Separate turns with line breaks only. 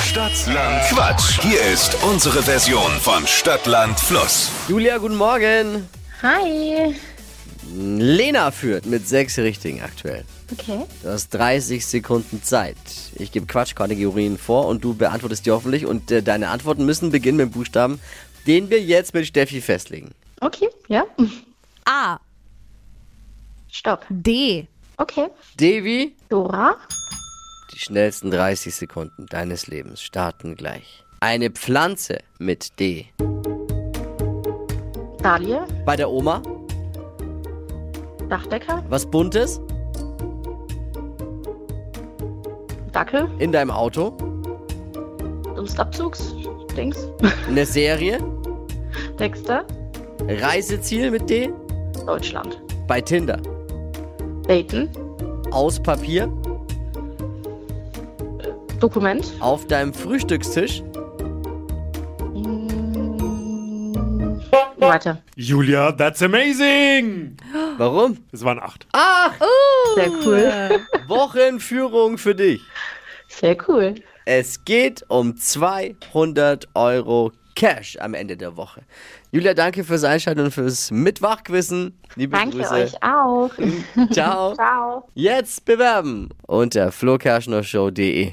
Stadtland Quatsch. Hier ist unsere Version von Stadtland Fluss.
Julia, guten Morgen.
Hi.
Lena führt mit sechs Richtigen aktuell.
Okay.
Du hast 30 Sekunden Zeit. Ich gebe Quatschkategorien vor und du beantwortest die hoffentlich. Und äh, deine Antworten müssen beginnen mit dem Buchstaben, den wir jetzt mit Steffi festlegen.
Okay, ja.
A.
Stopp.
D.
Okay.
Devi,
Dora.
die schnellsten 30 Sekunden deines Lebens starten gleich. Eine Pflanze mit D.
Dahlia.
Bei der Oma,
Dachdecker.
was Buntes,
Dackel.
in deinem Auto,
Dunstabzugs. Dings.
eine Serie,
Dexter.
Reiseziel mit D,
Deutschland.
bei Tinder,
Dayton.
aus Papier,
Dokument.
auf deinem Frühstückstisch.
Mm, Weiter.
Julia, that's amazing!
Warum?
Es waren acht.
Ach,
Sehr cool.
Wochenführung für dich.
Sehr cool.
Es geht um 200 Euro Cash am Ende der Woche. Julia, danke fürs Einschalten und fürs Mitwachquissen. Liebe
Danke
Grüße.
euch auch.
Ciao.
Ciao.
Jetzt bewerben unter flokerschnershow.de.